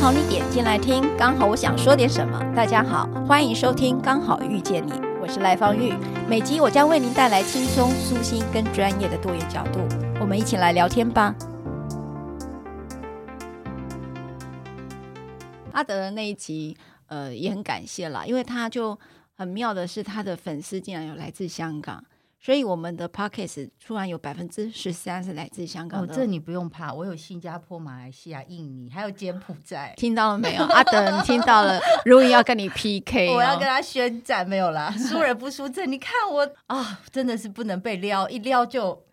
好你点进来听，刚好我想说点什么。大家好，欢迎收听《刚好遇见你》，我是赖芳玉。每集我将为您带来轻松、舒心跟专业的多元角度，我们一起来聊天吧。阿德的那一集，呃，也很感谢啦，因为他就很妙的是，他的粉丝竟然有来自香港，所以我们的 p o c k e t 突然有百分之十三是来自香港哦，的。这你不用怕，我有新加坡、马来西亚、印尼，还有柬埔寨。听到了没有？阿德，你听到了，如意要跟你 PK，、哦、 我要跟他宣战，没有啦，输人不输阵。你看我啊、真的是不能被撩，一撩就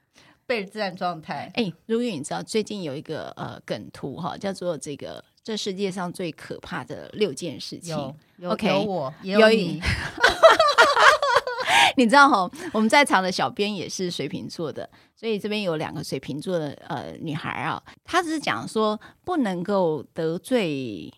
备战状态。哎、如玉，你知道最近有一个呃梗图哈，叫做这个这世界上最可怕的六件事情。有有 OK，有我，也有有你， 你知道哈，我们在场的小编也是水瓶座的，所以这边有两个水瓶座的呃女孩啊，她只是讲说不能够得罪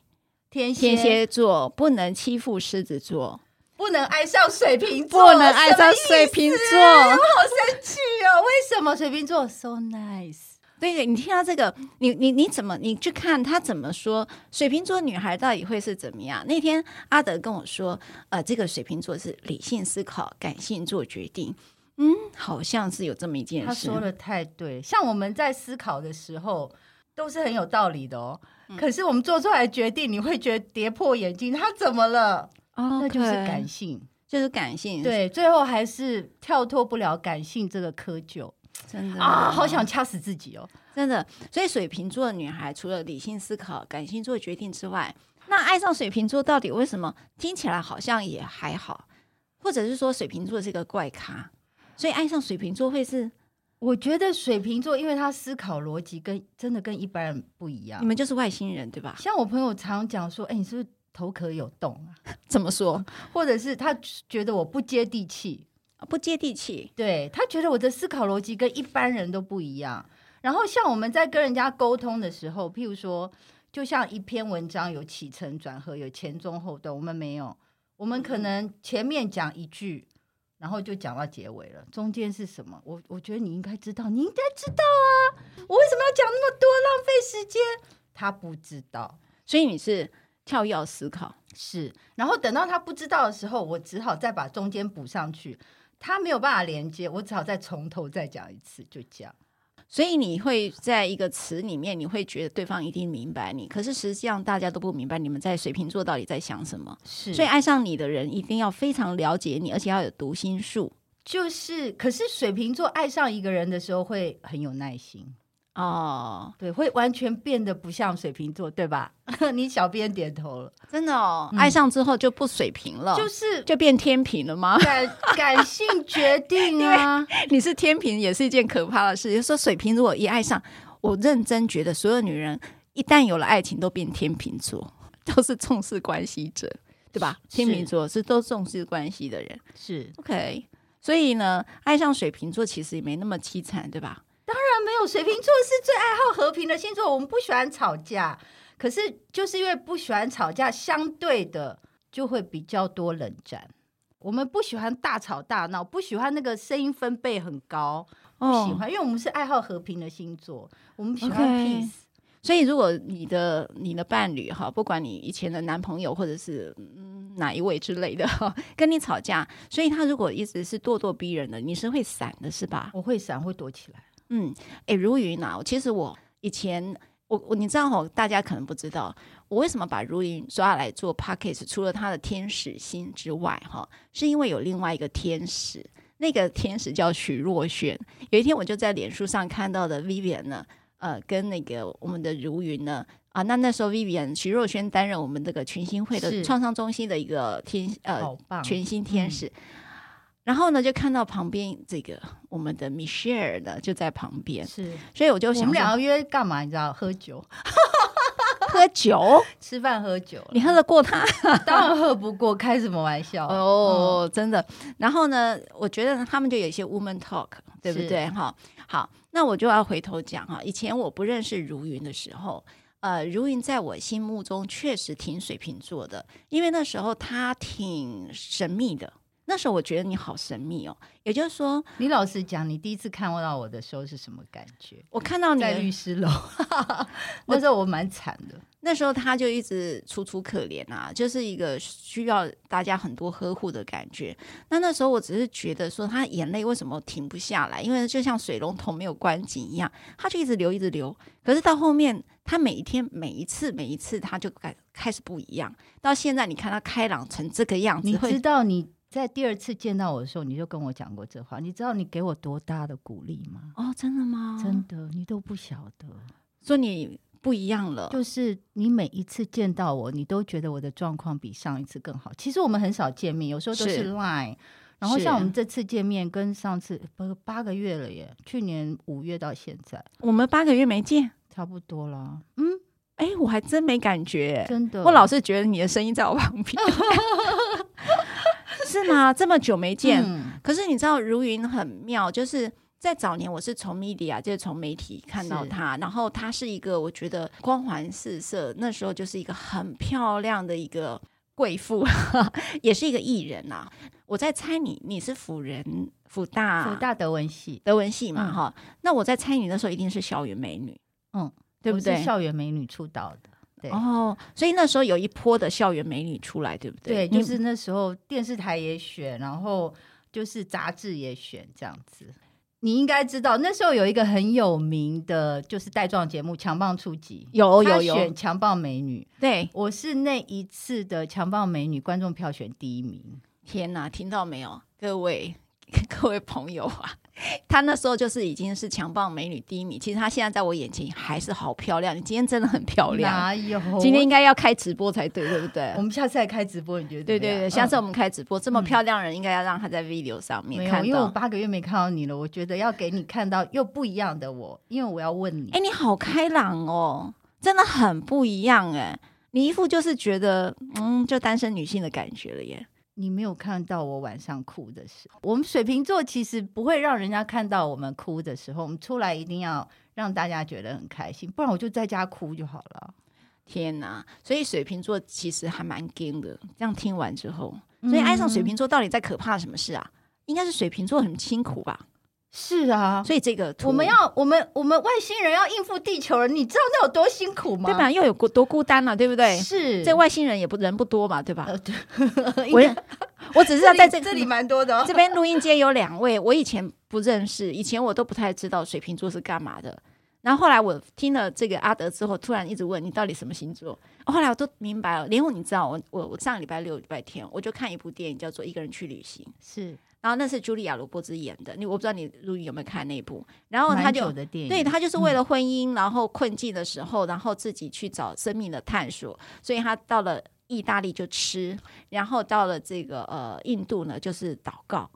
天蝎天蝎座，不能欺负狮子座，不能爱上水瓶不座，能爱上啊水瓶什么意思座。 我好生气哦！为什么水瓶座 so nice？对，你听到这个，你你你怎么，你去看他怎么说？水瓶座女孩到底会是怎么样？那天阿德跟我说，呃，这个水瓶座是理性思考，感性做决定。嗯，好像是有这么一件事。他说的太对，像我们在思考的时候都是很有道理的哦。可是我们做出来的决定，你会觉得跌破眼镜，他怎么了哦，那就是感，性。就是感性。，对，最后还是跳脱不了感性这个窠臼真的啊！好想掐死自己哦。真的。所以水瓶座的女孩除了理性思考、感性做决定之外，那爱上水瓶座到底为什么？听起来好像也还好，或者是说水瓶座是个怪咖，所以爱上水瓶座会是我觉得水瓶座，因为他思考逻辑跟真的跟一般人不一样你。们就是外星人对吧？像我朋友常讲说：“哎、你是不是头壳有洞啊怎么说？？”或者是他觉得我不接地气，啊不接地气，对他觉得我的思考逻辑跟一般人都不一样。然后像我们在跟人家沟通的时候，譬如说，就像一篇文章有起承转合，有前中后段，我们没有，我们可能前面讲一句，然后就讲到结尾了，中间是什么？我我觉得你应该知道，你应该知道啊，我为什么要讲那么多，浪费时间？他不知道。所以你是跳跃思考，是，然后等到他不知道的时候，我只好再把中间补上去。他没有办法连接，我只好再从头再讲一次，就这样。所以你会在一个词里面，你会觉得对方一定明白你，可是实际上大家都不明白你们在水瓶座到底在想什么。是所所以以爱上你的人一定要非常了解你，而且要有读心术就是，可是水瓶座爱上一个人的时候会很有耐心，哦，对，会完全变得不像水瓶座，对吧？ 你小编点头了，真的哦，爱上之后就不水平了，就就是就变天平了吗？感感性决定啊，你是天平也是一件可怕的事情。说水瓶如果一爱上，我认真觉得所有女人一旦有了爱情都变天秤座， 都是重视关系者，对吧？是天秤座是都重视关系的人。是 OK，所以呢，爱上水瓶座其实也没那么凄惨，对吧？当然没有，水瓶座是最爱好和平的星座，我们不喜欢吵架。可是就是因为不喜欢吵架，相对的就会比较多冷战。我们不喜欢大吵大闹，不喜欢那个声音分贝很高，不喜哦，欢，因为我们是爱好和平的星座，我们喜 OK 欢 peace。所以如果你的你的伴侣哈，不管你以前的男朋友或者是嗯哪一位之类的哈，跟你吵架，所以他如果一直是咄咄逼人的，你是会闪的，是吧？我会闪，会躲起来。嗯，哎，如云啊，其实我以前我我你知道吼，大家可能不知道，我为什么把如云抓来做 p a c k a g e 除了她的天使心之外，哈，是因为有另外一个天使，那个天使叫许若瑄。有一天我就在脸书上看到的 Vivian 呢，呃，跟那个我们的如云呢。啊，那那时候 Vivian 徐若瑄担任我们这个群星会的是创伤中心的一个天呃好棒！全新天使。嗯然后呢，就看到旁边这个我们的 Michelle 呢就在旁边，是所以我就我想们说两个约干嘛？你知道，喝酒， 喝 酒，吃饭喝酒了。你喝得过他当然喝不过，开什么玩笑？嗯哦，真的。然后呢，我觉得他们就有一些 woman talk，对不是对？哈，好，那我就要回头讲哈，以前我不认识如云的时候。呃，如云在我心目中确实挺水瓶座的，因为那时候她挺神秘的。那时候我觉得你好神秘哦，也就是说，你老实讲，你第一次看到我的时候是什么感 觉？我看到你的在律师楼，那时候我蛮惨的。那时候他就一直楚楚可怜啊，就是一个需要大家很多呵护的感觉。那那时候我只是觉得说，他眼泪为什么停不下来？因为就像水龙头没有关紧一样，他就一直流，一直流。可是到后面，他每一天、每一次、每一次，他就开开始不一样。到现在，你看他开朗成这个样你子，知会道你在第二次见到我的时候，你就跟我讲过这话。你知道你给我多大的鼓励吗？哦，真的吗？真的，你都不晓得。说你不一样了，就是你每一次见到我，你都觉得我的状况比上一次更好。其实我们很少见面，有时候都是是 Line。然后是像我们这次见面，跟上次不八个月了耶，去年五月到现在我们八个月没见，差不多啦。哎，我还真没感觉。真的，哎我老是觉得你的声音在我旁 边，是吗？这么久没见，嗯可是你知道如云很妙，就是在早年我是从 media，就是从媒体看到是她，然后她是一个我觉得光环四射，那时候就是一个很漂亮的一个贵妇， 也是一个艺人呐、我在猜你，你是辅仁辅大福大德文系，德文系嘛嗯哈、那我在猜你那时候一定是校园美女，嗯，对不我是对？校园美女出道的，对。哦，所以那时候有一波的校园美女出来，对不对？对，就你是那时候电视台也选，然后就是杂志也选这样子。你应该知道，那时候有一个很有名的，就是带状节目《强棒初级》，哦有有他有选，强棒美女，对，我是那一次的强棒美女观众票选第一名。天哪，听到没有，各位 各位朋友啊， 她那时候就是已经是强棒美女第一名，其实她现在在我眼前还是好漂亮，你今天真的很漂亮，哪有？ 今天应该要开直播才对，对不对我？们下次再开直播，你觉得对怎么对对，样？下次嗯我们开直播，这么漂亮的人应该要让她在 video 上没面有，看因为我到。八个月没看到你了，我觉得要给你看到又不一样的我，因为我要问你。哎，你好开朗哦，真的很不一样哎，你一副就是觉得嗯，就单身女性的感觉了耶。你没有看到我晚上哭的时候。我们水瓶座其实不会让人家看到我们哭的时候，我们出来一定要让大家觉得很开心，不然我就在家哭就好了。天哪！所以水瓶座其实还蛮 g 的。这样听完之后，嗯所以爱上水瓶座到底在可怕什么事啊？应该是水瓶座很辛苦吧。是啊，所以这个图我们要我们我们外星人要应付地球人，你知道那有多辛苦吗？对吧？又有多多孤单啊，对不对？是这外星人也不人不多嘛，对吧？呃对，我应该我只是要在这这里蛮多的哦、这边录音间有两位，我以前不认识，以前我都不太知道水瓶座是干嘛的。然后后来我听了这个阿德之后，突然一直问你到底什么星座。后来我都明白了，连我你知道，我我我上礼拜六、礼拜天我就看一部电影叫做《一个人去旅行》，是然后那是茱莉亚·罗伯兹演的，你我不知道你陆云有没有看那一部。然后他蛮就久的电影，嗯对他就是为了婚姻，然后困境的时候，然后自己去找生命的探索，所以他到了意大利就吃，然后到了这个呃印度呢就是祷告，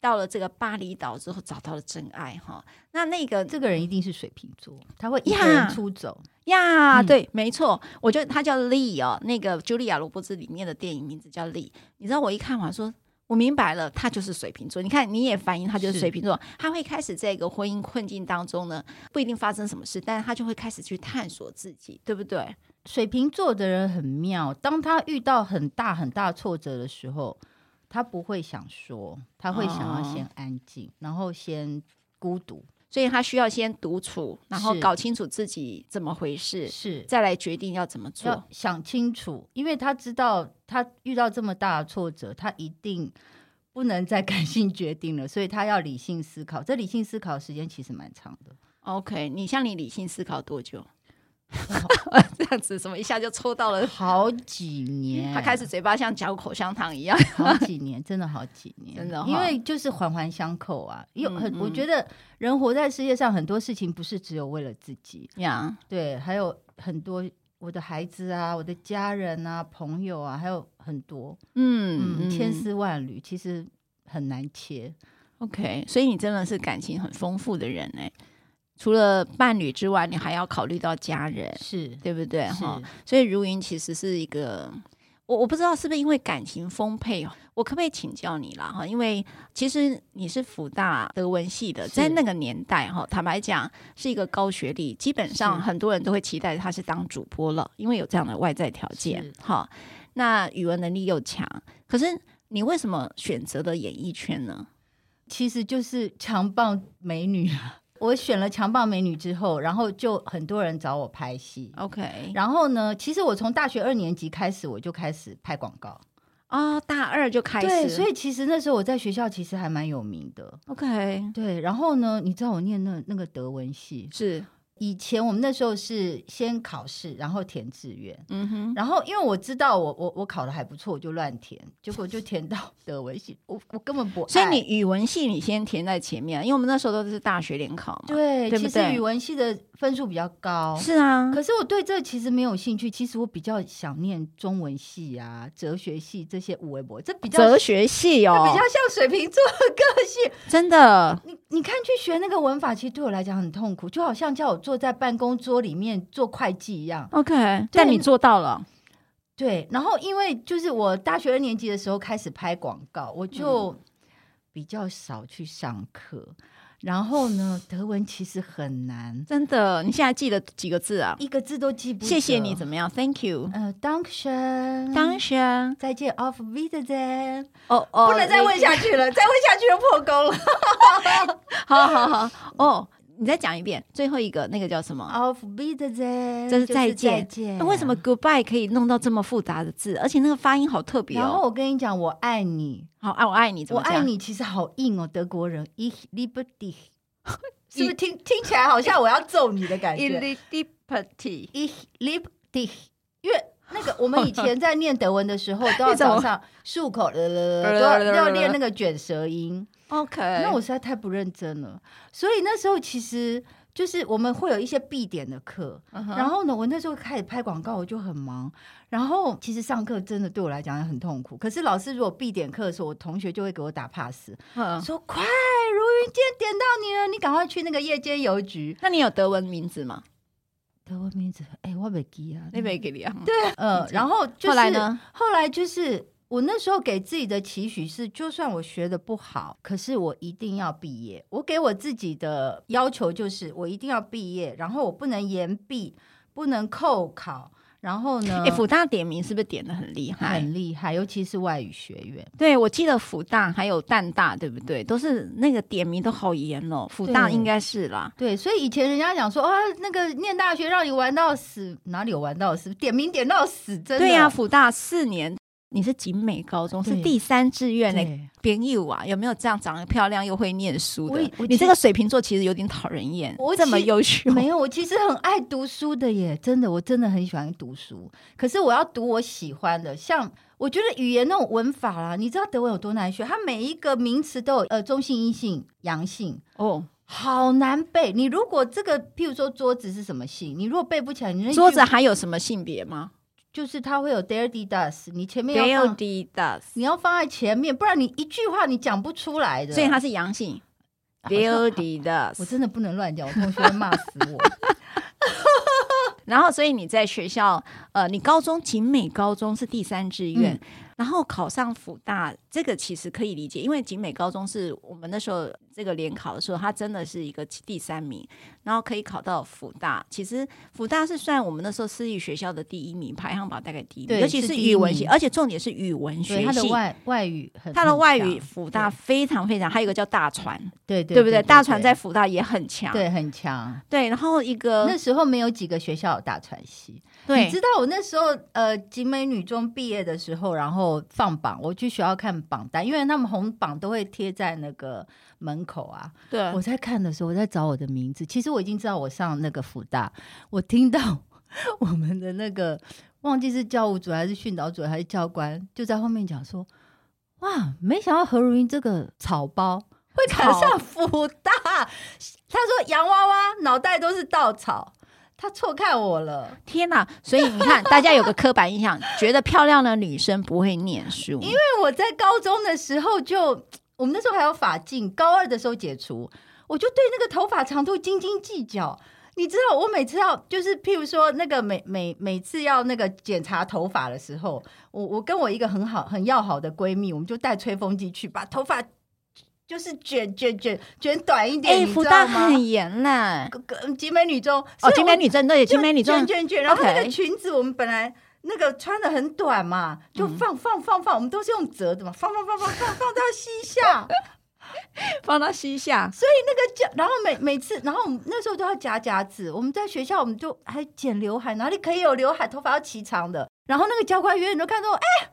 到了这个巴厘岛之后找到了真爱哈。那那个这个人一定是水瓶座，他会一呀个人出走。呀，嗯对，没错，我觉得他叫 Lee 哦，那个茱莉亚·罗伯兹里面的电影名字叫 Lee。你知道我一看完说。我明白了，他就是水瓶座。你看，你也反映他就是是水瓶座，他会开始在一个婚姻困境当中呢，不一定发生什么事，但是他就会开始去探索自己，对不对？水瓶座的人很妙，当他遇到很大很大挫折的时候，他不会想说，他会想要哦先安静，然后先孤独。所以他需要先独处，然后是搞清楚自己怎么回事，是再来决定要怎么做要。想清楚，因为他知道他遇到这么大的挫折，他一定不能再 感性决定了，所以他要理性思考。这理性思考的时间其实蛮长的， OK，你像你理性思考多 久？这样子，怎么一下就抽到了？好几年，他开始嘴巴像嚼口香糖一样。 好几年，真的好几年，真的哈因为就是环环相扣啊。有嗯很，我嗯觉得人活在世界上，很多事情不是只有为了自己，呀对，还有很多我的孩子啊，我的家人啊，朋友啊，还有很多，嗯嗯，嗯，千丝万缕，其实很难切。 OK，所以你真的是感情很丰富的人哎、除了伴侣之外，你还要考虑到家人，是，对不对？是哈，，所以如云其实是一个，我我不知道是不是因为感情丰沛，哦我可不可以请教你啦？哈，因为其实你是辅大德文系的，是在那个年代哈，坦白讲是一个高学历，基本上是很多人都会期待他是当主播了，因为有这样的外在条件是哈。那语文能力又强，可是你为什么选择了演艺圈呢？其实就是强棒美女啊。我选了强棒美女之后，然后就很多人找我拍戏。哦 OK 然后呢，其实我从大学二年级开始，我就开始拍广告。啊、大二就开始，对，所以其实那时候我在学校其实还蛮有名的。 OK 对，然后呢，你知道我念那那个德文系，是，以前我们那时候是先考试，然后填志愿。嗯哼，然后，因为我知道我我我考的还不错，我就乱填，结果就 填到德文系，我我根本不爱。所以你语文系你先填在前面，因为我们那时候都是大学联考嘛，对，对不其实对语文系的分数比较高，是啊，可是我对这其实没有兴趣，其实我比较想念中文系啊、哲学系这些五维博，这比较哲学系这哦，比较像水瓶座的个性。真的你你看去学那个文法，其实对我来讲很痛苦，就好像叫我坐在办公桌里面做会计一样。 OK，但你做到了，对，然后因为就是我大学二年级的时候开始拍广告，我嗯就比较少去上课。然后呢，德文其实很难，真的，你现在记得几个字啊？一个字都记不。谢谢你，怎么样？Thank you，呃，Dankeschön，当然，再见，Off Wiedersehen。哦哦，不能再问下去了，再问下去就破 功了。好好哦好，哦，你再讲一遍，最后一个那个叫什么？ Auf Wiedersehen，这是就是再再见见那为什么 goodbye 可以弄到这么复杂的字，而且那个发音好特别然后哦？我跟你讲，我爱你，好爱我爱你，怎我么讲爱你，其实好硬哦，德国人 Ich liebe dich，是不是听听起来好像我要揍你的 感觉 Illiberty， ？Ich liebe dich，因为那个我们以前在念德文的时候，都要早上漱口了，都要要练那个卷舌 音。 OK，那我实在太不认真了，所以那时候其实就是我们会有一些必点的课，然然后呢，我那时候开始拍广告，我就很忙。然后其实上课真的对我来讲也很痛苦。可是老师如果必点课的时候，我同学就会给我打 pass，后，说快，如云今天点到你了，你赶快去那个夜间邮局。那你有德文名字吗？德文名字，哎、我没记啊，那边给你啊。对， 呃，然后就是后来？呢？后来就是我那时候给自己的期许是，就算我学的不好，可是我一定要毕业。我给我自己的要求就是，我一定要毕业，然后我不能延毕，不能扣考，然后呢？ 哎，辅大点名是不是点的很厉害？很厉害，尤其是外语学院。对，我记得辅大还有淡大，对不对？都是那个点名都好严哦。辅大对应该是啦，对，所以以前人家讲说啊，那个念大学让你玩到死，哪里有玩到死？点名点到死，真的。对呀、辅大四年。你是景美高中是对第三志愿呢，对边友啊，有没有这样长得漂亮又会念书我的我？你其这个水瓶座其实有点讨人厌我，这么其优秀，没有，我其实很爱读书的耶，真的，我真的很喜欢读书。可是我要读我喜欢的，像我觉得语言那种文法啦，你知道德文有多难学？它每一个名词都有呃中性、阴性、阳性，哦。好难背。你如果这个，譬如说桌子是什么性，你如果背不起来，你那句桌子还有什么性别吗就是它会有 there d does，你前面要放？Baby does，你要放在前面，不然你一句话你讲不出来的。所以它是阳性。好像 Baby 我 does，真的不能乱讲，我同学会骂死我。然后所以你在学校，呃，你高中景美高中是第三志嗯愿，然后考上辅大，这个其实可以理解，因为景美高中是我们那时候这个联考的时候，它真的是一个第三名，然后可以考到辅大。其实辅大是算我们那时候私立学校的第一名，排行榜大概第一名，对尤其是是第一语文系，名而且重点是语文对 学他的系。外外语很，它的外语很强辅大非常非常，还有一个叫大船，对对对不对？大船在辅大也很强，对很强。对然后一个那时候没有几个学校有大传系，你对知道我那时候呃景美女中毕业的时候，然后放榜，我去学校看榜单，因为他们红榜都会贴在那个门口啊。对我在看的时候，我在找我的名字。其实我已经知道我上那个福大，我听到 我们的那个忘记是教务主任还是训导主任还是教官，就在后面讲说：“哇，没想到何如云这个草包会考草上福大。” 他说：“洋娃娃脑袋都是稻草。”他错看我了，天哪！所以你看，大家有个刻板印象，觉得漂亮的女生不会念书，因为因为我在高中的时候就，我们那时候还有法镜，高二的时候解除，我就对那个头发长度斤斤计较。你知道，我每次要就是，譬如说那个每每每次要那个检查头发的时候，我我跟我一个很好很要好的闺蜜，我们就带吹风机去把头发就是卷卷卷卷短一点，哎，你福知大道吗？很严嘞。个个集美女中哦，所以金我美女中对，就金美女中卷卷卷，然后那 OK 个裙子我们本来那个穿的很短嘛，就放放放放，我们都是用折的嘛，放放放放放放到膝下，放到膝下，夹，然后每每次，然后我们那时候都要夹夹子。我们在学校，我们就还剪刘海，哪里可以有刘海？头发要齐长的。然后那个教官远远都看到我，哎，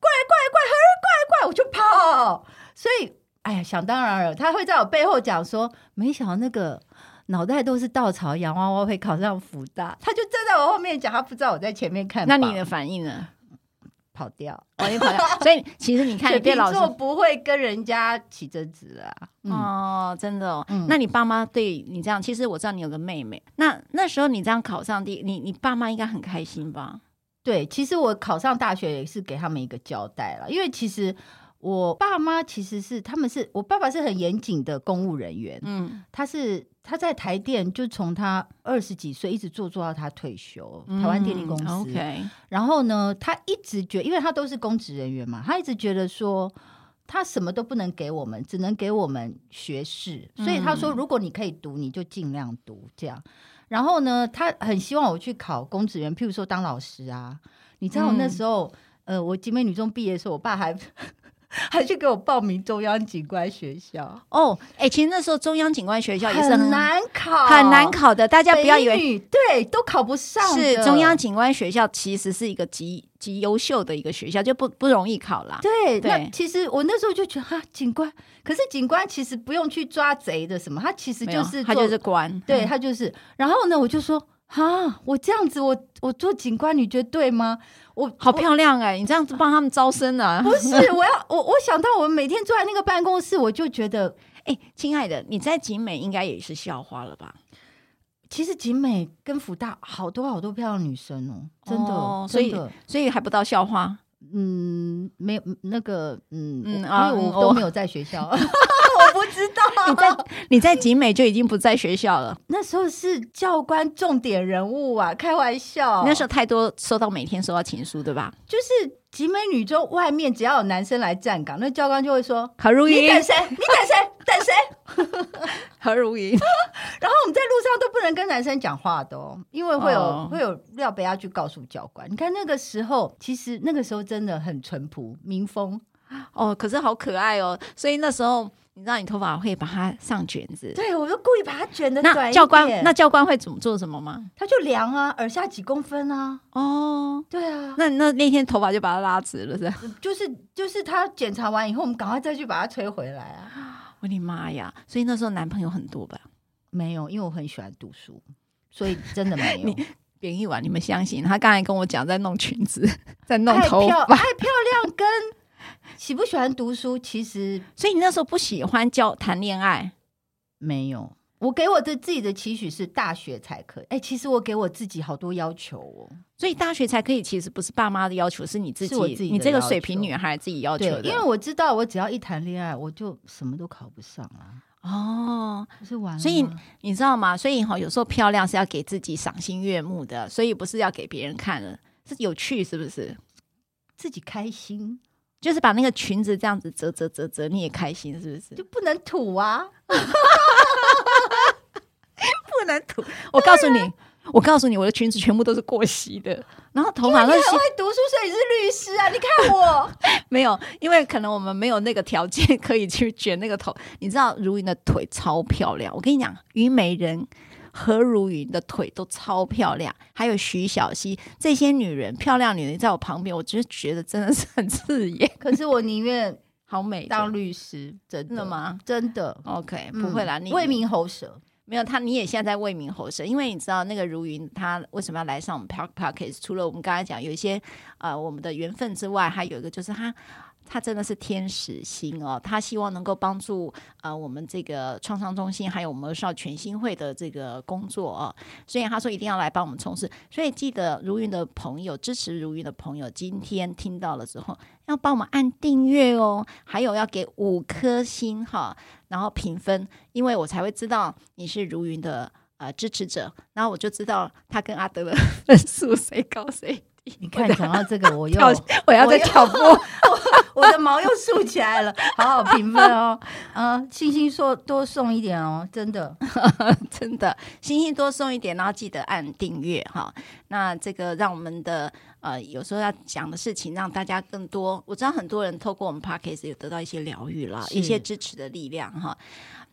过来过来过来，快快我就跑。所以，哎呀，想当然了，他会在我背后讲说，没想到那个脑袋都是稻草，洋娃娃会考上福大。他就站在我后面讲，他不知道我在前面看吧。那你的反应呢？跑掉，我一跑掉， 所以其实你看，水被瓶老师座不会跟人家起争 执啊。嗯，哦，真的哦。嗯那你爸妈对你这样，其实我知道你有个妹妹，那那时候你这样考上第，你你爸妈应该很开心吧？对，其实我考上大学也是给他们一个交代了，因为其实我爸妈其实是他们是我爸爸是很严谨的公务人员，嗯他是他在台电就从他二十几岁一直做做到他退休，嗯，台湾电力公司。 OK，然后呢，他一直觉，因为他都是公职人员嘛，他一直觉得说。他什么都不能给我们，只能给我们学士。所以他说，嗯如果你可以读，你就尽量读这样。然后呢，他很希望我去考公职员，譬如说当老师啊。你知道我那嗯时候，呃，我集美女中毕业的时候，我爸还 还去给我报名中央警官学校，哦，哎、其实那时候中央警官学校也是很、难考，很难，考的，大家不要以为。为对都考不上的，是中央警官学校，其实是一个极极优秀的一个学校，就不不容易考啦。对，对那其实我那时候就觉得哈，警官，可是警官其实不用去抓贼的什么，他其实没就有是他做就是官，嗯对他就是。然后呢，我就说哈，我这样子，我我做警官，你觉得对吗？我好漂亮哎、你这样子帮他们招生啊。不是， 我要我我想到我每天坐在那个办公室，我就觉得哎、亲爱的，你在景美应该也是校花了吧？其实景美跟福大好多好多漂亮女生哦，真的，哦所真以的所以还不到校花。嗯，没有那个嗯嗯嗯啊啊，因为我我都没有在学 校，我不知道。你在你在景美就已经不在学校了，那时候是教官重点人物啊，开玩笑。那时候太多收到每天收到情书，对吧？就是集美女中外面只要有男生来站岗，那教官就会说何如：“你云，等谁？你等谁？ 等谁何如云，？”然后我们在路上都不能跟男生讲话的、哦，因为会有、哦会有廖北亚去告诉教官。你看那个时候，其实那个时候真的很淳朴民风，哦，可是好可爱哦。所以那时候你知道你头发会把它上卷子，对我就故意把它卷的短那一点。教官那教官会怎么做什么吗？他就量啊，耳下几公分啊，哦，对啊，那那那天头发就把它拉直了，是吧？就是就是他检查完以后，我们赶快再去把它吹回来啊。我的妈呀！所以那时候男朋友很多吧？没有，因为我很喜欢读书，所以真 的没有。扁一婉，你们相信？他刚才跟我讲在弄裙子， 在弄爱头漂发，爱漂亮跟喜不喜欢读书其实所以你那时候不喜欢教谈恋爱，没有。我给我的自己的期许是大学才可以。哎、其实我给我自己好多要求哦。所以大学才可以，其实不是爸妈的要求，是你自己，是我自己的你这个要求水平女孩自己要求对的。，因为我知道，我只要一谈恋爱，我就什么都考不上啊，哦，就是完了。所以你知道吗？所以哈、有时候漂亮是要给自己赏心悦目的，所以不是要给别人看的，是有趣，是不是？自己开心就是把那个裙子这样子折折折折，你也开心，是不是就？不能土啊。不能涂，我告诉啊你，我告诉你，我的裙子全部都是过膝的，然后头发你都很啊是会读书，所以你是律师啊。你看我， 没有，因为可能我们没有那个条件可以去卷那个头。你知道如云的腿超漂亮，我跟你讲，虞美人、何如云的腿都超漂亮，还有徐小溪这些女人，漂亮女人在我旁边，我就觉得真的是很刺眼，可是我宁愿好美的。当律师，真真的？吗真的。 ？OK，不会啦，嗯你为民喉舌，没有他，你也现在在为民喉舌，因为你知道那个如云她为什么要来上我们 Park Parkes？除了我们刚才讲有一些呃我们的缘分之外，还有一个就是她她真的是天使心哦，她希望能够帮助呃我们这个创伤中心还有我们儿少全新会的这个工作哦，所以她说一定要来帮我们充实。所以记得如云的朋友，支持如云的朋友，今天听到了之后，要帮我们按订阅哦，还有要给五颗星哈，然后评分，因为我才会知道你是如 云的呃支持者，然后我就知道他跟阿德的分数谁高谁低。你看，讲到 这个，我又跳，我要我再又跳步。我的毛又竖起来了， 好好评分哦。嗯，星星说多送一点哦，真的。 真的，星星多送一点，然后记得按订阅哈。那这个让我们的呃，有时候要讲的事情，让大家更多。我知道很多人透过我们 podcast 有得到一些疗愈啦，是一些支持的力量哈。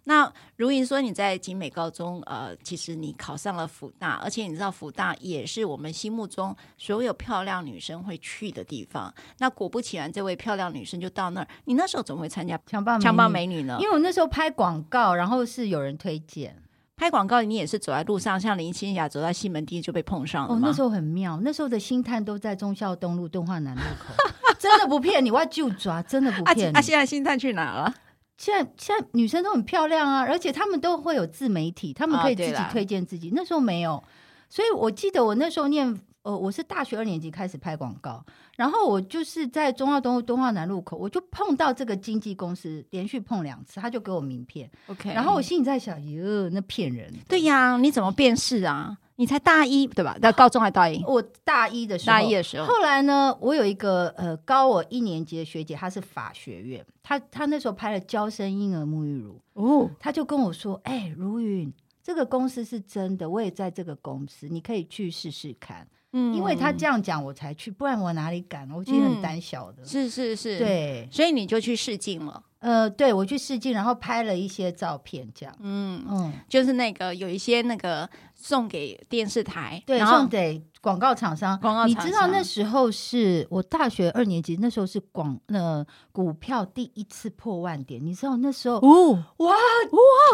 那如云说你在景美高中，呃，其实你考上了福大，而且你知道福大也是我们心目中所有漂亮女生会去的地方。那果不其然，这位漂亮女生就到那儿。你那时候怎么会参加强暴强暴女美女呢？因为我那时候拍广告，然后是有人推荐。拍广告，你也是走在路上，像林青霞走到西门町就被碰上了哦，嘛。那时候很妙，那时候的星探都在忠孝东路、敦化南路口， 真的不骗你，我要就抓，真的不啊骗你。啊！现在星探去哪了？现在现在女生都很漂亮啊，而且她们都会有自媒体，她们啊可以自对己啦推荐自己。那时候没有，所以我记得我那时候念呃，我是大学二年级开始拍广告，然后我就是在中澳东路敦化南路口，我就碰到这个经纪公司，连续碰两次，他就给我名片， OK 然后我心里在想，哟，那骗人。对呀，你怎么辨识啊？你才大一对吧？在高中还大一？啊我大一的时候，大一的时候，后来呢，我有一个呃高我一年级的学姐，她是法学院，她她那时候拍了《娇生婴儿沐浴乳》，哦，她就跟我说：“哎、如云，这个公司是真的，我也在这个公司，你可以去试试看。嗯因为她这样讲，我才去，不然我哪里敢？我其实很胆小的。是是是，，对，所以你就去试镜了。呃，对我去试镜，然后拍了一些照片，这样，嗯，嗯，就是那个有一些那个送给电视台，对，然后送给广告厂商。广告你厂知道商那时候是我大学二年级，那时候是广呃股票第一次破万点，你知道那时候哦，哇哇，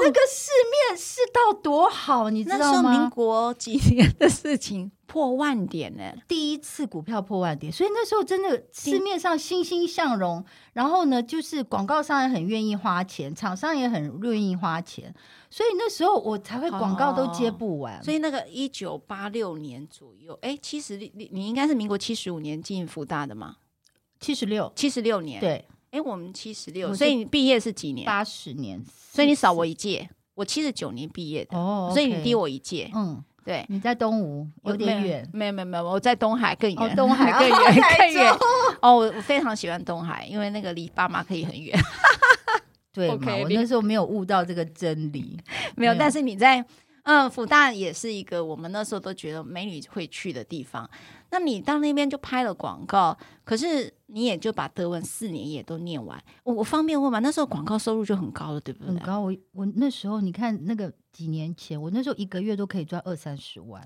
这个世面世道多好，你知那道时候民吗？国几年的事情破万点呢？第一次股票破万点，所以那时候真的市面上欣欣向荣。然后呢，就是广告商也很愿意花钱，厂商也很愿意花钱，所以那时候我才会广告都接不完。哦所以那个一九八六年左右，哎，其实你你你应该是民国七十五年进福大的嘛？七十六，七十六年，，对，哎，我们七十六，我是所以你毕业是几年？八十年，所以你少我一届，我七十九年毕业的，哦，所以你低我，我一届，嗯，对。你在东吴有点远，没有，没有没有没有，我在东海更 哦远，，东海 更远更。啊台远中。哦，我我非常喜欢东海，因为那个离爸妈可以很远。对嘛 OK，我你那时候没有悟到这个真理。没有，没有但是你在嗯，福大也是一个我们那时候都觉得美女会去的地方。那你到那边就拍了广告，可是你也就把德文四年也都念完。我我方便问吗？那时候广告收入就很高了，对不很对？高，我我那时候你看那个几年前，我那时候一个月都可以赚二三十万，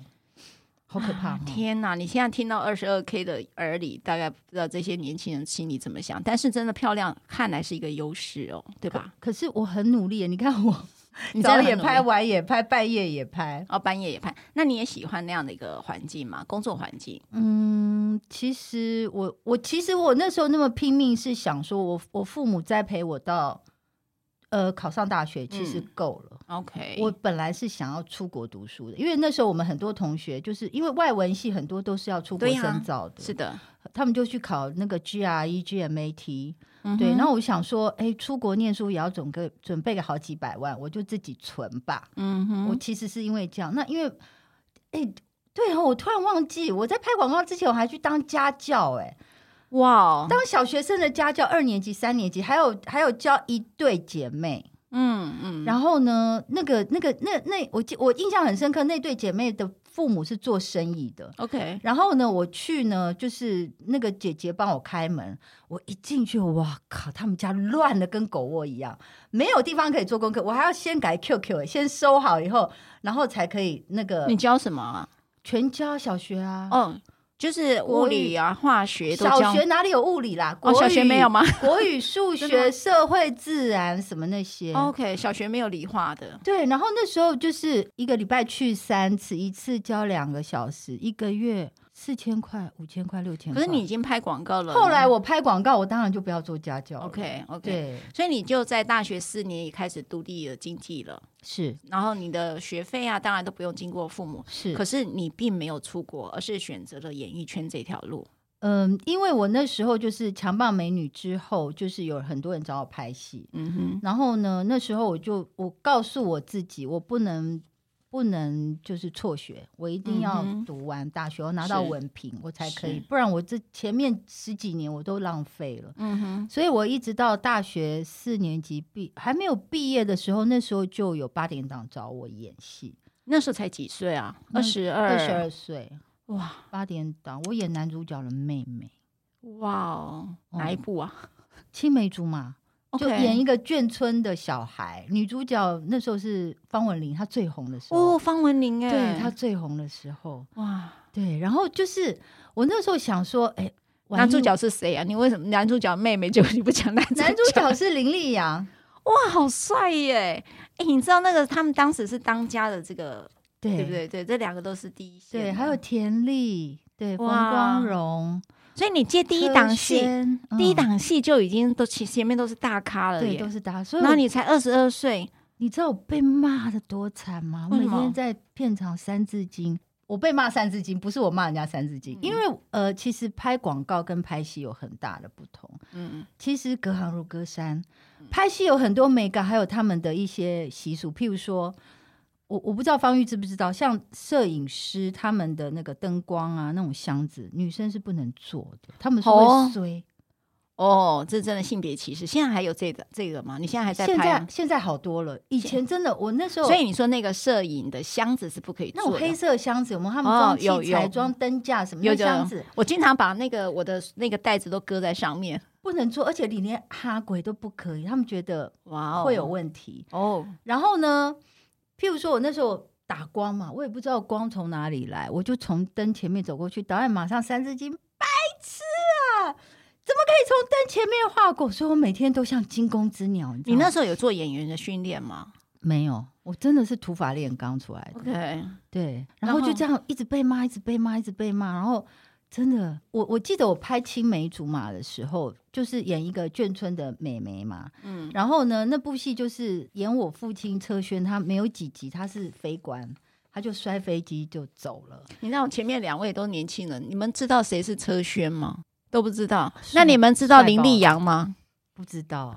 好可怕、哦！天哪！你现在听到二十二 K 的耳里，大概不知道这些年轻人心里怎么想。但是真的漂亮，看来是一个优势哦，对吧？可是我很努力耶，你看我 你真早的很也努力拍，，晚也拍，半夜也拍。哦，半夜也拍。那你也喜欢那样的一个环境吗？工作环境？嗯，其实我我其实我那时候那么拼命，是想说我我父母栽培我到呃考上大学，其实嗯够了。 OK，我本来是想要出国读书的，因为那时候我们很多同学就是因为外文系很多都是要出国对呀深造的，是的，他们就去考那个 E GRE、GMAT，嗯对，哼然后我想说，哎，出国念书也要准备准备个好几百万，我就自己存吧。嗯哼，我其实是因为这样，那因为，哎，对哦，我突然忘记，我在拍广告之前，我还去当家教，哎，哇，哦当小学生的家教，二年级、三年级，还有还有教一对姐妹。嗯嗯，然后呢，那个那个那那，我记我印象很深刻，那对姐妹的父母是做生意的， OK，然后呢，我去呢，就是那个姐姐帮我开门，我一进去，哇靠，他们家乱的跟狗窝一样，没有地方可以做功课，我还要先改 QQ，先收好以后，然后才可以那个你教什么啊？全教小学啊，哦，就是物理啊、化学都小教学。哪里有物理啦？国哦，语、小学没有？吗 国语、数真的吗哦学、社会、自然什么那些。 ？OK，小学没有理化的。对，然后那时候就是一个礼拜去三次，一次教两个小时，一个月四千块、五千块、六千可块。是你已经拍广告了。后来我拍广告，我当然就不要做家教了。 OK OK，对，所以你就在大学四年也开始独立的经济了，是然后你的学费啊，当然都不用经过父母。是可，是你并没有出国，而是选择了演艺圈这条路。嗯，因为我那时候就是强棒美女之后，就是有很多人找我拍戏，嗯哼，然后呢，那时候我就我告诉我自己，我不能。不能就是辍学，我一定要嗯哼读完大学，我拿到是文凭，我才可以，是不然我这前面十几年我都浪费了。嗯哼，所以我一直到大学四年级毕还没有毕业的时候，那时候就有八点档找我演戏，那时候才几岁啊？那二十嗯二十二，二岁，哇八点档我演男主角的妹妹，哇哦，哪一嗯部啊青梅竹马。就？OK，演一个眷村的小孩，女主角那时候是方文琳，她最红的时候，哦，方文琳哎，对她最红的时候，哇，对。然后就是我那时候想说，哎，婉男主英角是谁啊？你为什么男主角妹妹就你不讲男主角？ 男主 角是林立阳，哇，好帅耶！哎、你知道那个他们当时是当家的这个，对对不？对？对，这两个都是第一线的。对，还有田丽，对，冯哇光荣，所以你接第一档车戏，轩第一。嗯档戏就已经都前前面都是大咖了对，耶都。是打。所以然后我你才二十二岁，你知道我被骂的多惨吗？我为每什么天在片场三字经，我被骂三字经，不是我骂人家三字经，嗯因为呃，其实拍广告跟拍戏有很大的不同。嗯，其实隔行如隔山，拍戏有很多美感，还有他们的一些习俗，譬如说。我我不知道方玉知不知道，像摄影师他们的那个灯光啊，那种箱子，女生是不能做的，他们是哦会衰。哦，这真的性别歧视。现在还有这个这个吗？你现在还在现拍在吗？现在好多了，以前真的我那时候，所以你说那个摄影的箱子是不可以那做种的。黑色箱子，有没有？他们哦装有器材、有装灯架什么有的的箱子，我经常把那个我的那个袋子都搁在上面。不能做，而且你连哈鬼都不可以，他们觉得哇哦，会有问题。哦，然后呢，譬如说我那时候打光嘛，我也不知道光从哪里来，我就从灯前面走过去，导演马上三字经，白痴啊！怎么可以从灯前面划过？所以我每天都像惊弓之鸟。你知道你那吗时候有做演员的训练吗没有，我真的是土法炼钢出来的。哦？OK，对，然然后后就这样一直被骂，一直被骂，一直被骂，然后真的，我我记得我拍《青梅竹马》的时候，就是演一个眷村的美眉嘛，嗯，然后呢，那部戏就是演我父亲车轩，他没有几集，他是飞官，他就摔飞机就走了。你知道前面两位都年轻人，你们知道谁是车轩吗？都不知道。那你们知道林立阳吗？？不知道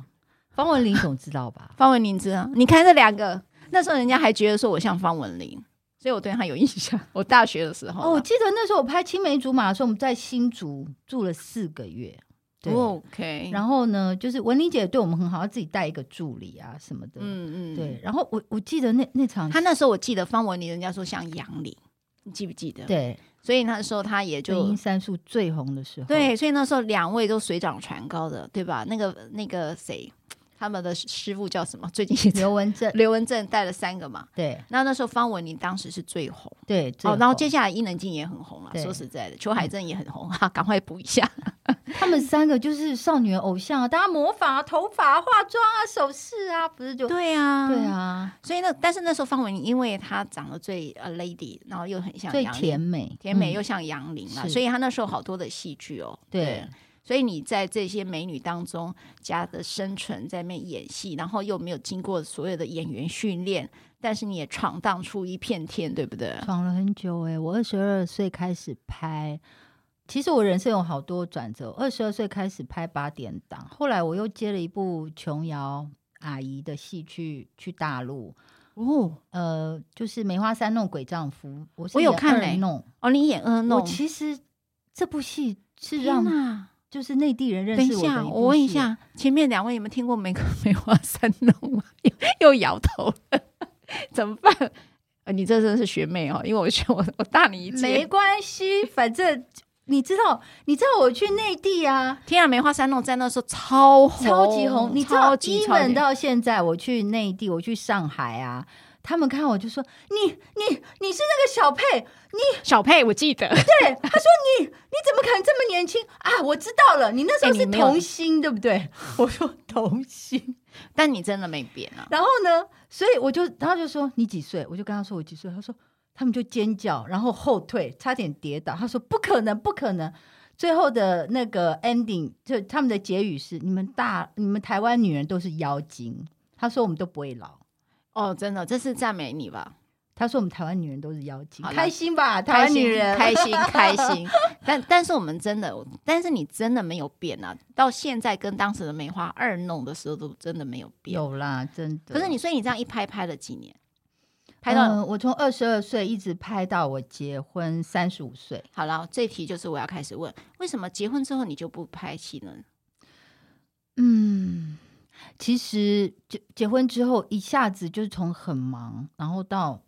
方文琳总知道吧方文琳知道。你看这两个，那时候人家还觉得说我像方文琳，所以我对他有印 象。我大学的时候哦，我啊，记得那时候我拍《青梅竹马》的时候，我们在新竹住了四个月。对，哦，OK，后然后呢，就是文玲姐对我们很好，她自己带一个助理啊什么的。嗯嗯，对，。然后我我记得那那场他那时候我记得方文琳，人家说像杨林，你记不记得？，对所以那时候他也就就英三树最红的时候，对，所以那时候两位都水涨船高的，对吧？那个那个谁，他们的师傅叫什么？ 最近也刘文正，刘文正带了三个嘛，对那那时候方文琳当时是最红，对最哦，然后红接下来伊能静也很红了。对说实在的，邱海正也很红啊， 赶快补一下。他们三个就是少女偶像啊，大家模仿啊，头发、啊、化妆啊、首饰啊，不是就对啊 对。啊，所以那但是那时候方文琳，因为她长得最呃 lady，然后又很像最杨甜玲，美，甜美嗯又像杨玲啦，是所以她那时候好多的戏剧哦。对，所以你在这些美女当中加的生存，在那边演戏，然后又没有经过所有的演员训练，但是你也闯荡出一片天，对不对？闯了很久哎、我二十二岁开始拍。其实我人生有好多转折，二十二岁开始拍八点档，后来我又接了一部琼瑶阿姨的戏去去大陆，哦呃，就是梅花三弄鬼丈夫，我是我有演看二嘞弄，哦，你演嗯我弄，其实这部戏是天让哪！就是内地人认等识一我的下，部我问一戏，下，前面两位有没有听过梅梅花三弄吗？ 又又摇头了， 怎么办？呃你这真是学妹哦，因为我学我我大你一没届。关系，反正你知道，你知道我去内地啊，天啊，梅花三弄在那时候超红，超级红，你知道哦超级超级 even 到现在，我去内地，我去上海啊。他们看我就说你你你是那个小佩，小佩，我记得 对，他说你你怎么可能这么年轻啊？我知道了，你那时候哎是你没有童星、对不对？ 我说童星，但你真的没变啊。然后呢，所以我就他就说你几岁？我就跟他说我几岁。他说他们就尖叫，然后后退，差点跌倒。他说不可能，不可能。最后的那个 ending 就他们的结语是：你们大你们台湾女人都是妖精。他说我们都不会老。哦，真的，这是赞美你吧？他说我们台湾女人都是妖精，好了开心吧， 台开湾心女人。开 心，开心。 但但是我们真的，但是你真的没有变啊！到现在跟当时的梅花二弄的时候都真的没有变。有啦，真的。可是你，所以你这样一拍拍了几年？拍到、嗯我从二十二岁一直拍到我结婚三十五岁。好了，这题就是我要开始问，为什么结婚之后你就不拍戏呢？嗯，其实结结婚之后，一下子就是从很忙，然后到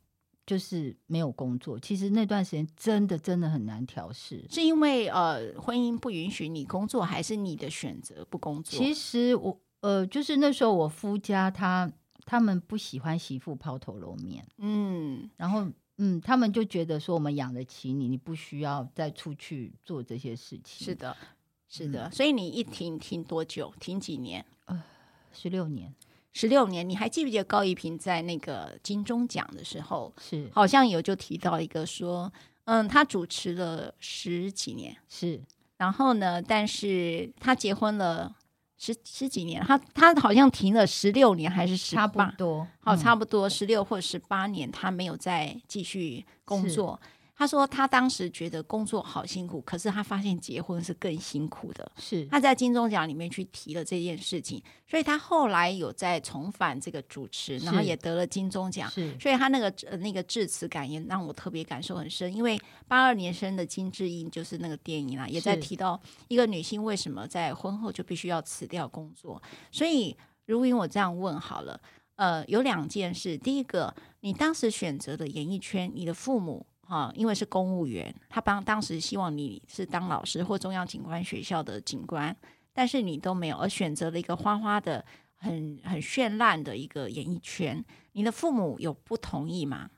就是没有工作。其实那段时间真的真的很难调试。是因为呃婚姻不允许你工作，还是你的选择不工作？其实我呃，就是那时候我夫家他他们不喜欢媳妇抛头露面，嗯，然后嗯，他们就觉得说我们养得起你，你不需要再出去做这些事情。是的，是的。嗯所以你一停停多久？停几年？十六年十六年？你还记不记得高一平在那个金钟奖的时候，是好像有就提到一个说，嗯，他主持了十几年，是然后呢，但是他结婚了十十几年，他他好像停了十六年还是十差不八，多，好，嗯差不多十六或十八年，他没有再继续工作。他说他当时觉得工作好辛苦，可是他发现结婚是更辛苦的。嗯是他在金钟奖里面去提了这件事情，所以他后来有在重返这个主持，是然后也得了金钟奖。是所以他那个呃那个致辞感言让我特别感受很深，因为八二年生的金智英就是那个电影啦，也在是提到一个女性为什么在婚后就必须要辞掉工作。所以如云，我这样问好了，呃，有两件事，第一个，你当时选择的演艺圈，你的父母。啊，因为是公务员，他帮当时希望你是当老师或中央警官学校的警官，但是你都没有，而选择了一个花花的、很很绚烂的一个演艺圈。你的父母有不同意吗？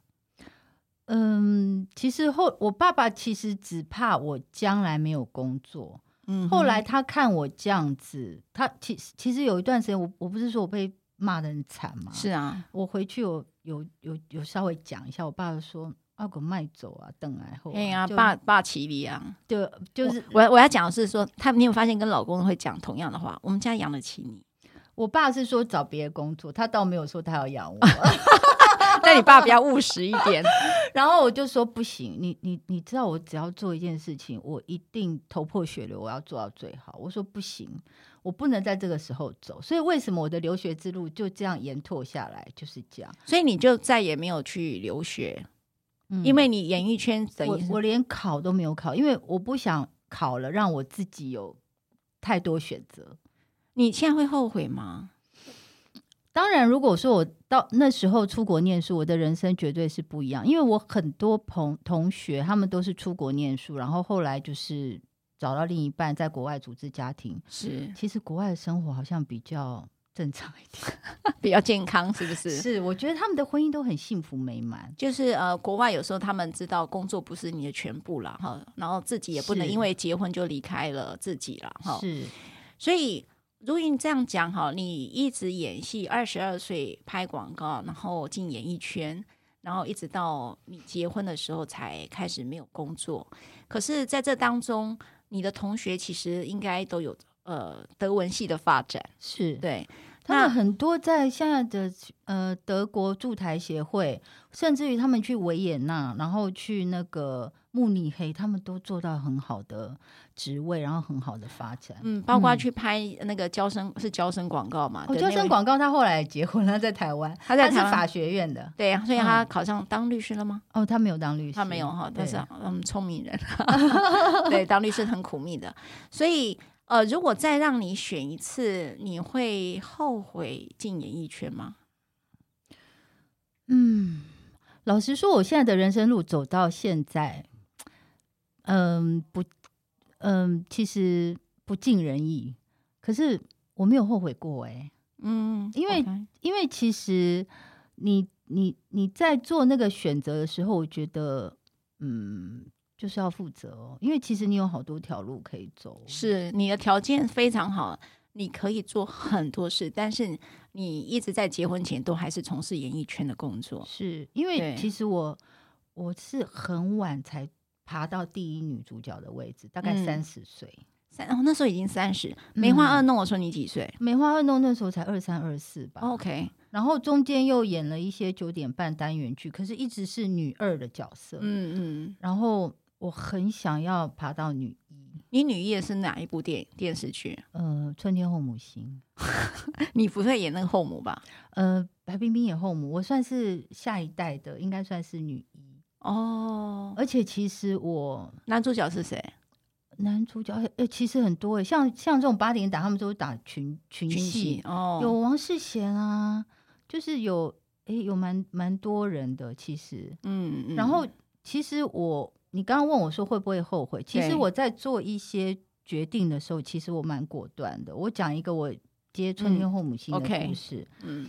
嗯，其实后我爸爸其实只怕我将来没有工作。嗯后来他看我这样子，他其实其实有一段时间，我我不是说我被骂的很惨吗？是啊，我回去有有有有稍微讲一下，我爸就说啊，给我卖走啊，等来后、哎呀，就霸霸气力啊！对，就是我我要讲的是说，他你有发现跟老公会讲同样的话，我们家养得起你，我爸是说找别的工作，他倒没有说他要养我， 但你爸比较务实一点。然后我就说不行，你你你知道，我只要做一件事情，我一定头破血流，我要做到最好。我说不行，我不能在这个时候走。所以为什么我的留学之路就这样延拓下来，就是这样。 所以你就再也没有去留学，嗯因为你演艺圈等我于是我连考都没有考，因为我不想考了，让我自己有太多选择。你现在会后悔吗？当然，如果说我到那时候出国念书，我的人生绝对是不一样，因为我很多朋同学他们都是出国念书，然后后来就是找到另一半，在国外组织家庭。是其实国外的生活好像比较正常一点， 比较健康，是不是？是我觉得他们的婚姻都很幸福美满，就是呃，国外有时候他们知道工作不是你的全部了哈，然后自己也不能是因为结婚就离开了自己了哈。是所以，如云这样讲哈，你一直演戏，二十二岁拍广告，然后进演艺圈，然后一直到你结婚的时候才开始没有工作。可是，在这当中，你的同学其实应该都有呃德文系的发展，是。对，他们那很多在现在的呃德国驻台协会，甚至于他们去维也纳，然后去那个慕尼黑，他们都做到很好的职位，然后很好的发展。嗯，包括嗯去拍那个娇生、是娇生广告嘛，哦，对交那生位广告他后来也结婚了，在台湾，他在是台湾法学院的。对呀，所以他考上当律师了吗？哦，他没有当律师，他没有哈，但是对嗯，聪明 人，对，当律师很苦命的。所以呃，如果再让你选一次，你会后悔进演艺圈吗？嗯，老实说，我现在的人生路走到现在，嗯，不，嗯，其实不尽人意，可是我没有后悔过哎、嗯，因为 OK 因为其实你你你在做那个选择的时候，我觉得嗯，就是要负责哦，因为其实你有好多条路可以走。哦是你的条件非常好，你可以做很多事，但是你一直在结婚前都还是从事演艺圈的工作。是因对为其实我我是很晚才爬到第一女主角的位置，大概嗯三十岁。嗯三，哦、那时候已经三十，梅花二弄我说你几岁、梅花二弄那时候才二三二四吧 o k 然后中间又演了一些九点半单元剧，可是一直是女二的角色。嗯嗯，然后我很想要爬到女一，你女一也是哪一部电电视剧？ 呃，春天后母星，你不会演那个后母吧？呃，白冰冰也后母，我算是下一代的，应该算是女一。哦，而且其实我男主角是谁？男主角，哎、哎其实很多哎，像像这种八点档，他们都打群群军戏，戏哦，有王世贤啊，就是有哎、有蛮蛮多人的其实。嗯，嗯然后其实我，你刚刚问我说会不会后悔？其实对我在做一些决定的时候，其实我蛮果断的。我讲一个我接《春天后母心》的嗯，OK 故事。嗯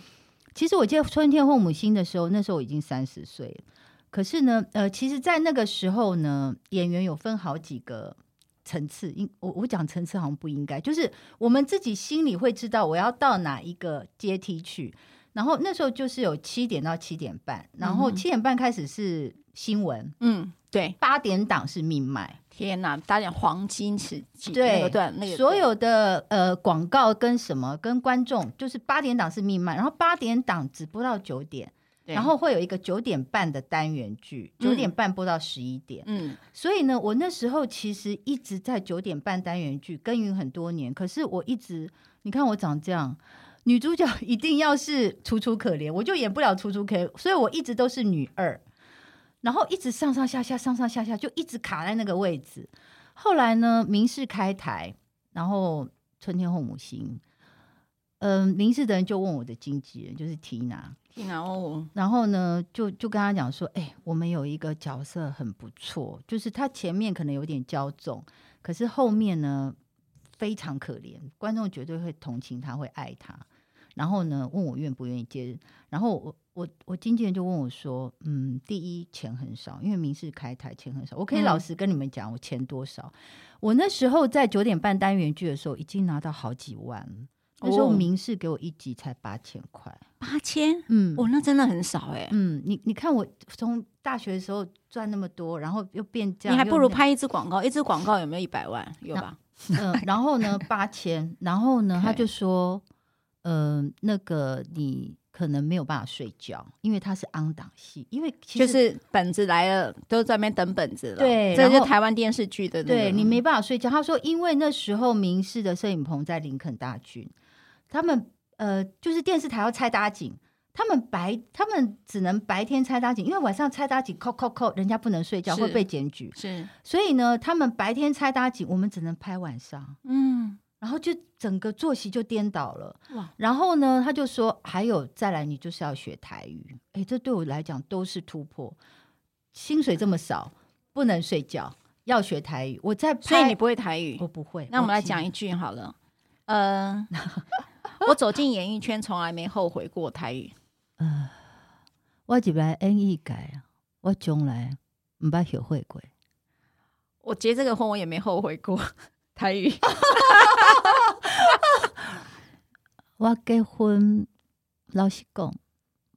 其实我接《春天后母心》的时候，那时候我已经三十岁了。可是呢，呃，其实，在那个时候呢，演员有分好几个层次。应我我讲层次好像不应该，就是我们自己心里会知道我要到哪一个阶梯去。然后那时候就是有七点到七点半，然嗯后哼七点半开始是新闻，嗯，对，八点档是命脉，天哪，打点黄金时期对那个段那个所有的呃广告跟什么跟观众就是八点档是命脉，然后八点档只播到九点，对然后会有一个九点半的单元剧，嗯九点半播到十一点。嗯所以呢，我那时候其实一直在九点半单元剧耕耘很多年，可是我一直，你看我长这样。女主角一定要是楚楚可怜，我就演不了楚楚可怜，所以我一直都是女二，然后一直上上下下上上下下，就一直卡在那个位置。后来呢，明视开台，然后春天后母心，嗯、明视的人就问我的经纪人，就是缇娜，天啊哦，然后呢，就就跟他讲说，哎、我们有一个角色很不错，就是他前面可能有点骄纵，可是后面呢非常可怜，观众绝对会同情他，会爱他。然后呢，问我愿不愿意接。然后我我我经纪人就问我说，嗯，第一钱很少，因为明视开台钱很少。我可以嗯老实跟你们讲，我钱多少。我那时候在九点半单元剧的时候，已经拿到好几万了。那时候哦明视给我一集才八千块，八千，嗯，哦，那真的很少哎，嗯，你你看我从大学的时候赚那么多，然后又变这你样，还又不如那拍一支广告，一支广告有没有一百万？有吧？嗯、然后 呢八千，然后呢他就说，嗯、那个你可能没有办法睡觉，因为它是昂档戏，因为其就实是本子来了，都在那边等本子了。对这然就后台湾电视剧的那个。对你没办法睡觉。他说，因为那时候明视的摄影棚在林肯大军，他们呃，就是电视台要拆搭景，他们白他们只能白天拆搭景，因为晚上拆搭景扣扣扣，人家不能睡觉是会被检举。是，所以呢，他们白天拆搭景，我们只能拍晚上，嗯，然后就整个作息就颠倒了。哇，然后呢，他就说，还有再来，你就是要学台语。哎，这对我来讲都是突破。薪水这么少，不能睡觉，要学台语。我在所以拍，你不会台语我？不会。那我们来其讲一句好了。呃，我走进演艺圈从来没后悔过台语。我几来演艺界啊，我将来唔捌学会过。我结这个婚，我也没后悔过台语。我结婚，老实讲，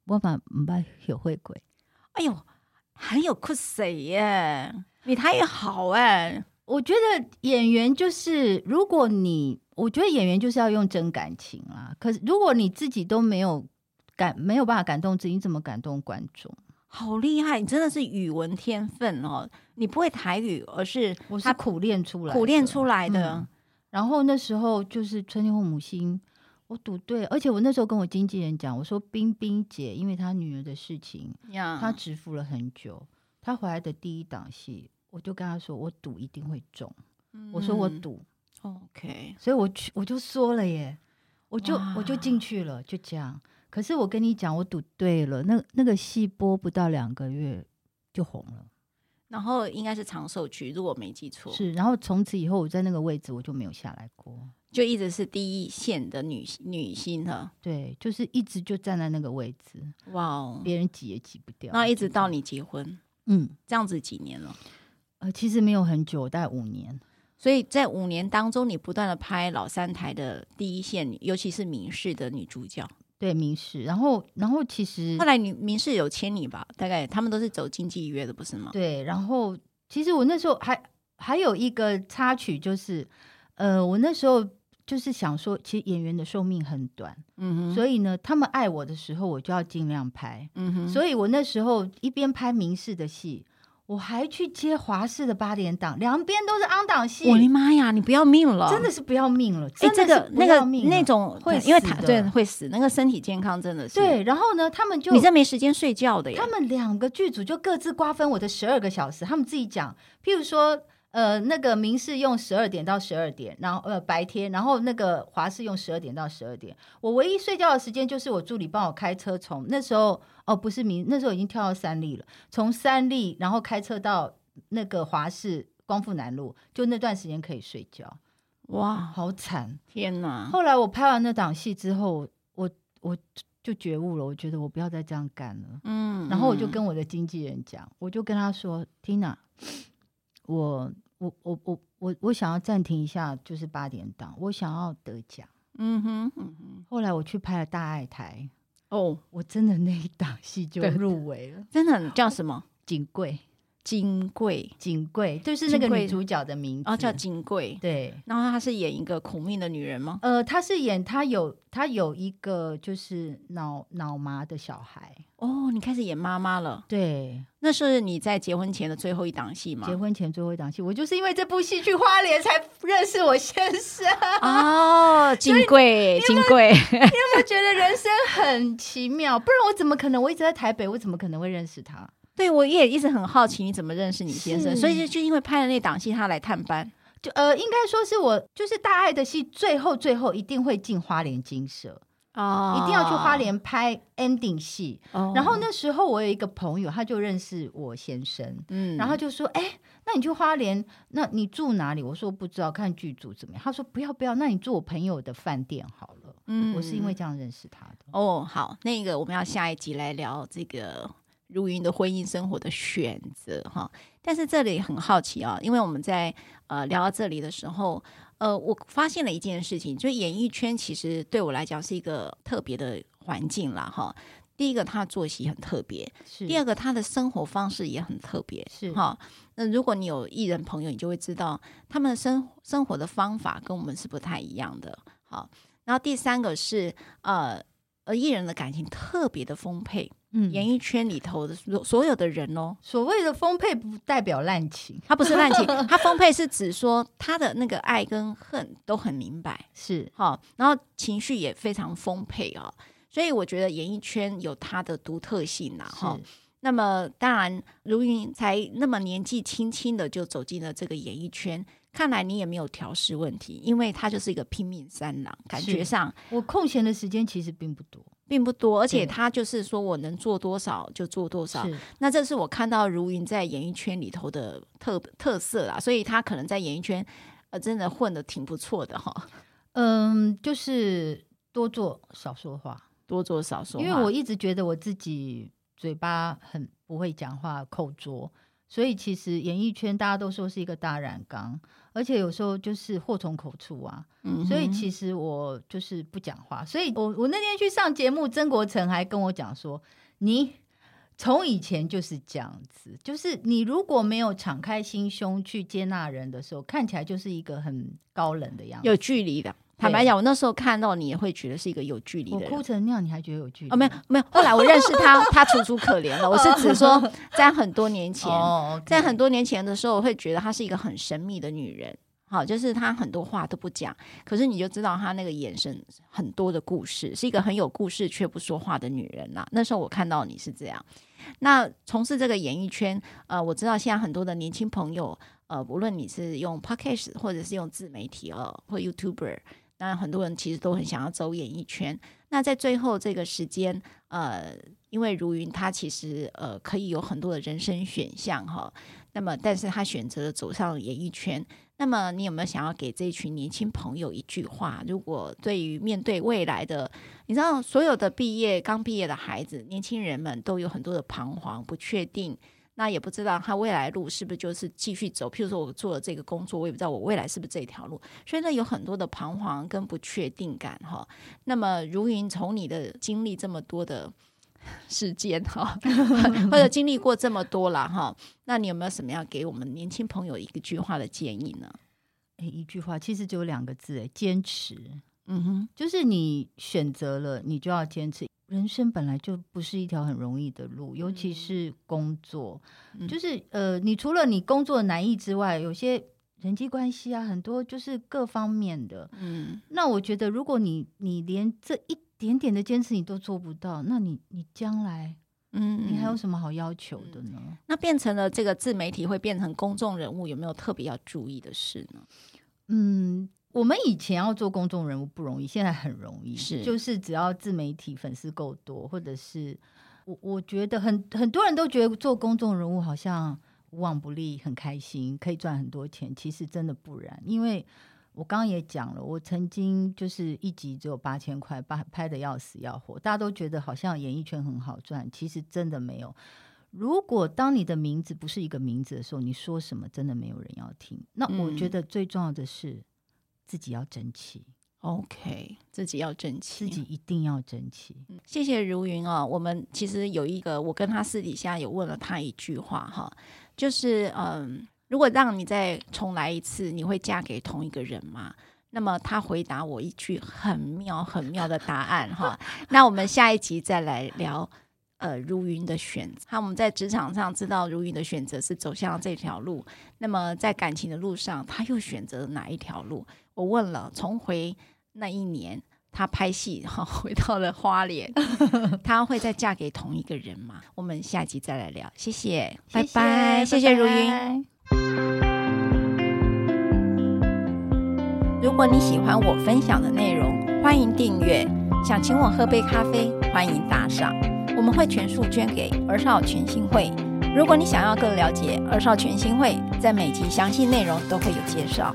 我嘛唔捌学会过。哎呦，很有酷谁耶！你台语好哎，我觉得演员就是，如果你，我觉得演员就是要用真感情啦。可是如果你自己都没有感，没有办法感动自己，你怎么感动观众？好厉害！你真的是语文天分哦。你不会台语，而是我是他苦练出来，苦练。出来的嗯。然后那时候就是《春天后母心》，我赌对，而且我那时候跟我经纪人讲，我说冰冰姐，因为她女儿的事情，呀她蛰伏了很久。她回来的第一档戏，我就跟她说，我赌一定会中。我说我嗯赌， OK，所以我去我就说了耶，我就我就哇进去了，就这样。可是我跟你讲，我赌对了，那那个戏播不到两个月就红了，然后应该是长寿区，如果没记错，是。然后从此以后，我在那个位置我就没有下来过，就一直是第一线的女女星了。对，就是一直就站在那个位置，哇哦，别人挤也挤不掉。那一直到你结婚，嗯这样子几年了？呃，其实没有很久，大概五年。所以在五年当中，你不断的拍老三台的第一线女，尤其是民视的女主角。对，明视，然后，然后其实后来你民视有签你吧？大概他们都是走经纪约的，不是吗？对，然后其实我那时候还还有一个插曲，就是呃，我那时候就是想说，其实演员的寿命很短，嗯哼，所以呢，他们爱我的时候，我就要尽量拍。嗯哼，所以我那时候一边拍明视的戏，我还去接华视的八点档，两边都是昂档戏，我的妈呀，你不要命了！真的是不要命了，哎真，这的个是不那要个命了那种会因为死他的对会死，那个身体健康真的是，对，然后呢，他们就你这没时间睡觉的呀他。们两个剧组就各自瓜分我的十二个小时，他们自己讲，譬如说。呃，那个明视用十二点到十二点，然后呃白天，然后那个华视用十二点到十二点。我唯一睡觉的时间就是我助理帮我开车从那时候哦不是明那时候已经跳到三立了，从三立然后开车到那个华视光复南路，就那段时间可以睡觉，哇，好惨。啊天哪！后来我拍完那档戏之后，我我就觉悟了，我觉得我不要再这样干了。嗯，然后我就嗯跟我的经纪人讲，我就跟他说：“Tina，我我我我我我想要暂停一下，就是八点档，我想要得奖。嗯哼嗯哼”后来我去拍了《大爱台》，哦，我真的那一档戏就对入围了。真的叫什么锦贵，金贵锦贵就是那个锦贵女主角的名字，哦，叫金贵。对。然后她是演一个苦命的女人吗？呃，她是演她有她有一个就是脑脑麻的小孩，哦，你开始演妈妈了，对，那是你在结婚前的最后一档戏吗结？婚前最后一档戏，我就是因为这部戏去花莲才认识我先生。 哦，金贵金贵，我觉得人生很奇妙，不然我怎么可能？我一直在台北，我怎么可能会认识他？对我也一直很好奇你怎么认识你先生，是所以就就因为拍了那档戏，他来探班。就呃，应该说是我就是大爱的戏，最后最后一定会进花莲金舍，哦一定要去花。莲拍 ending 戏。哦然后？那时候我有一个朋友，他就认识我先生，嗯然后就说：“哎、那你去花莲，那你住哪里？”我说：“不知道，看剧组怎么样。”他说：“不要不要，那你住我朋友的饭店好了。”嗯我是因为这样认识他的。哦，好，那个我们要下一集来聊这个如云的婚姻生活的选择哈。但是这里很好奇啊，因为我们在呃聊到这里的时候，呃，我发现了一件事情，就演艺圈其实对我来讲是一个特别的环境啦哈。第一个，他作息很特别；是第二个，他的生活方式也很特别。是哈，那如果你有艺人朋友，你就会知道他们的生生活的方法跟我们是不太一样的。好，然后第三个是呃呃，艺人的感情特别的丰沛，嗯演艺圈里头的所所有的人哦，所谓的丰沛不代表滥情，他不是滥情， 他丰沛是指说他的那个爱跟恨都很明白，是好、然后情绪也非常丰沛哦。所以我觉得演艺圈有它的独特性啦、啊哈、是那么当然，如云才那么年纪轻轻的就走进了这个演艺圈，看来你也没有调试问题，因为他就是一个拼命三郎，感觉上我空闲的时间其实并不多，并不多，而且对他就是说我能做多少就做多少。是那这是我看到如云在演艺圈里头的特特色啦，所以他可能在演艺圈呃真的混的挺不错的哈，嗯，就是多做少说话，多做少说话。因为我一直觉得我自己嘴巴很不会讲话，口拙。所以其实演艺圈大家都说是一个大染缸，而且有时候就是祸从口出啊。嗯哼所以其实我就是不讲话。所以我我那天去上节目，曾国成还跟我讲说，你从以前就是这样子，就是你如果没有敞开心胸去接纳人的时候，看起来就是一个很高冷的样子。有距离的。坦白讲，我那时候看到你也会觉得是一个有距离我的人哭。成那样，你还觉得有距离？哦，没有没有，后来我认识他，他楚楚可怜了。我是指说，在很多年前，哦，在很多年前的时候，我会觉得她是一个很神秘的女人。好，就是她很多话都不讲，可是你就知道她那个眼神很多的故事，是一个很有故事却不说话的女人呐、那时候我看到你是这样。那从事这个演艺圈，呃，我知道现在很多的年轻朋友，呃，无论你是用 podcast 或者是用自媒体哦，或 YouTuber，那很多人其实都很想要走演艺圈。那在最后这个时间，呃，因为如云她其实呃可以有很多的人生选项哈、那么，但是他选择了走上演艺圈。那么，你有没有想要给这一群年轻朋友一句话？如果对于面对未来的，你知道，所有的毕业刚毕业的孩子、年轻人们都有很多的彷徨、不确定，那也不知道他未来路是不是就是继续走。譬如说，我做了这个工作，我也不知道我未来是不是这条路，所以呢，有很多的彷徨跟不确定感哈。那么，如云从你的经历这么多的事件哈， 或者经历过这么多了哈，那你有没有什么要给我们年轻朋友一个句话的建议呢？诶一句话，其实只有两个字，诶坚持。嗯哼，就是你选择了，你就要坚持。人生本来就不是一条很容易的路，尤其是工作，嗯就是呃，你除了你工作的难易之外，有些人际关系啊，很多就是各方面的。嗯，那我觉得，如果你你连这一点点的坚持你都做不到，那你你将来嗯，你还有什么好要求的呢？那变成了这个自媒体会变成公众人物，有没有特别要注意的事呢？嗯，我们以前要做公众人物不容易，现在很容易，是就是只要自媒体粉丝够多，或者是我我觉得很很多人都觉得做公众人物好像无往不利，很开心，可以赚很多钱，其实真的不然，因为。我刚刚也讲了，我曾经就是一集只有八千块，拍拍的要死要活，大家都觉得好像演艺圈很好赚，其实真的没有。如果当你的名字不是一个名字的时候，你说什么真的没有人要听。那我嗯觉得最重要的是、自己要争气， OK，自己要争气。自己一定要争气。谢谢如云哦。我们其实有一个，我跟他私底下有问了他一句话哈，就是嗯，如果让你再重来一次，你会嫁给同一个人吗？那么他回答我一句很妙很妙的答案哈。那我们下一集再来聊。呃，如云的选择，那我们在职场上知道如云的选择是走向这条路，那么在感情的路上，他又选择了哪一条路？我问了，重回那一年，她拍戏哈，回到了花 莲，她会再嫁给同一个人吗？我们下集再来聊，谢谢，拜拜，谢谢如云。拜如果你喜欢我分享的内容，欢迎订阅。想请我喝杯咖啡，欢迎打赏，我们会全数捐给儿少全心会。如果你想要更了解儿少全心会，在每集详细内容都会有介绍。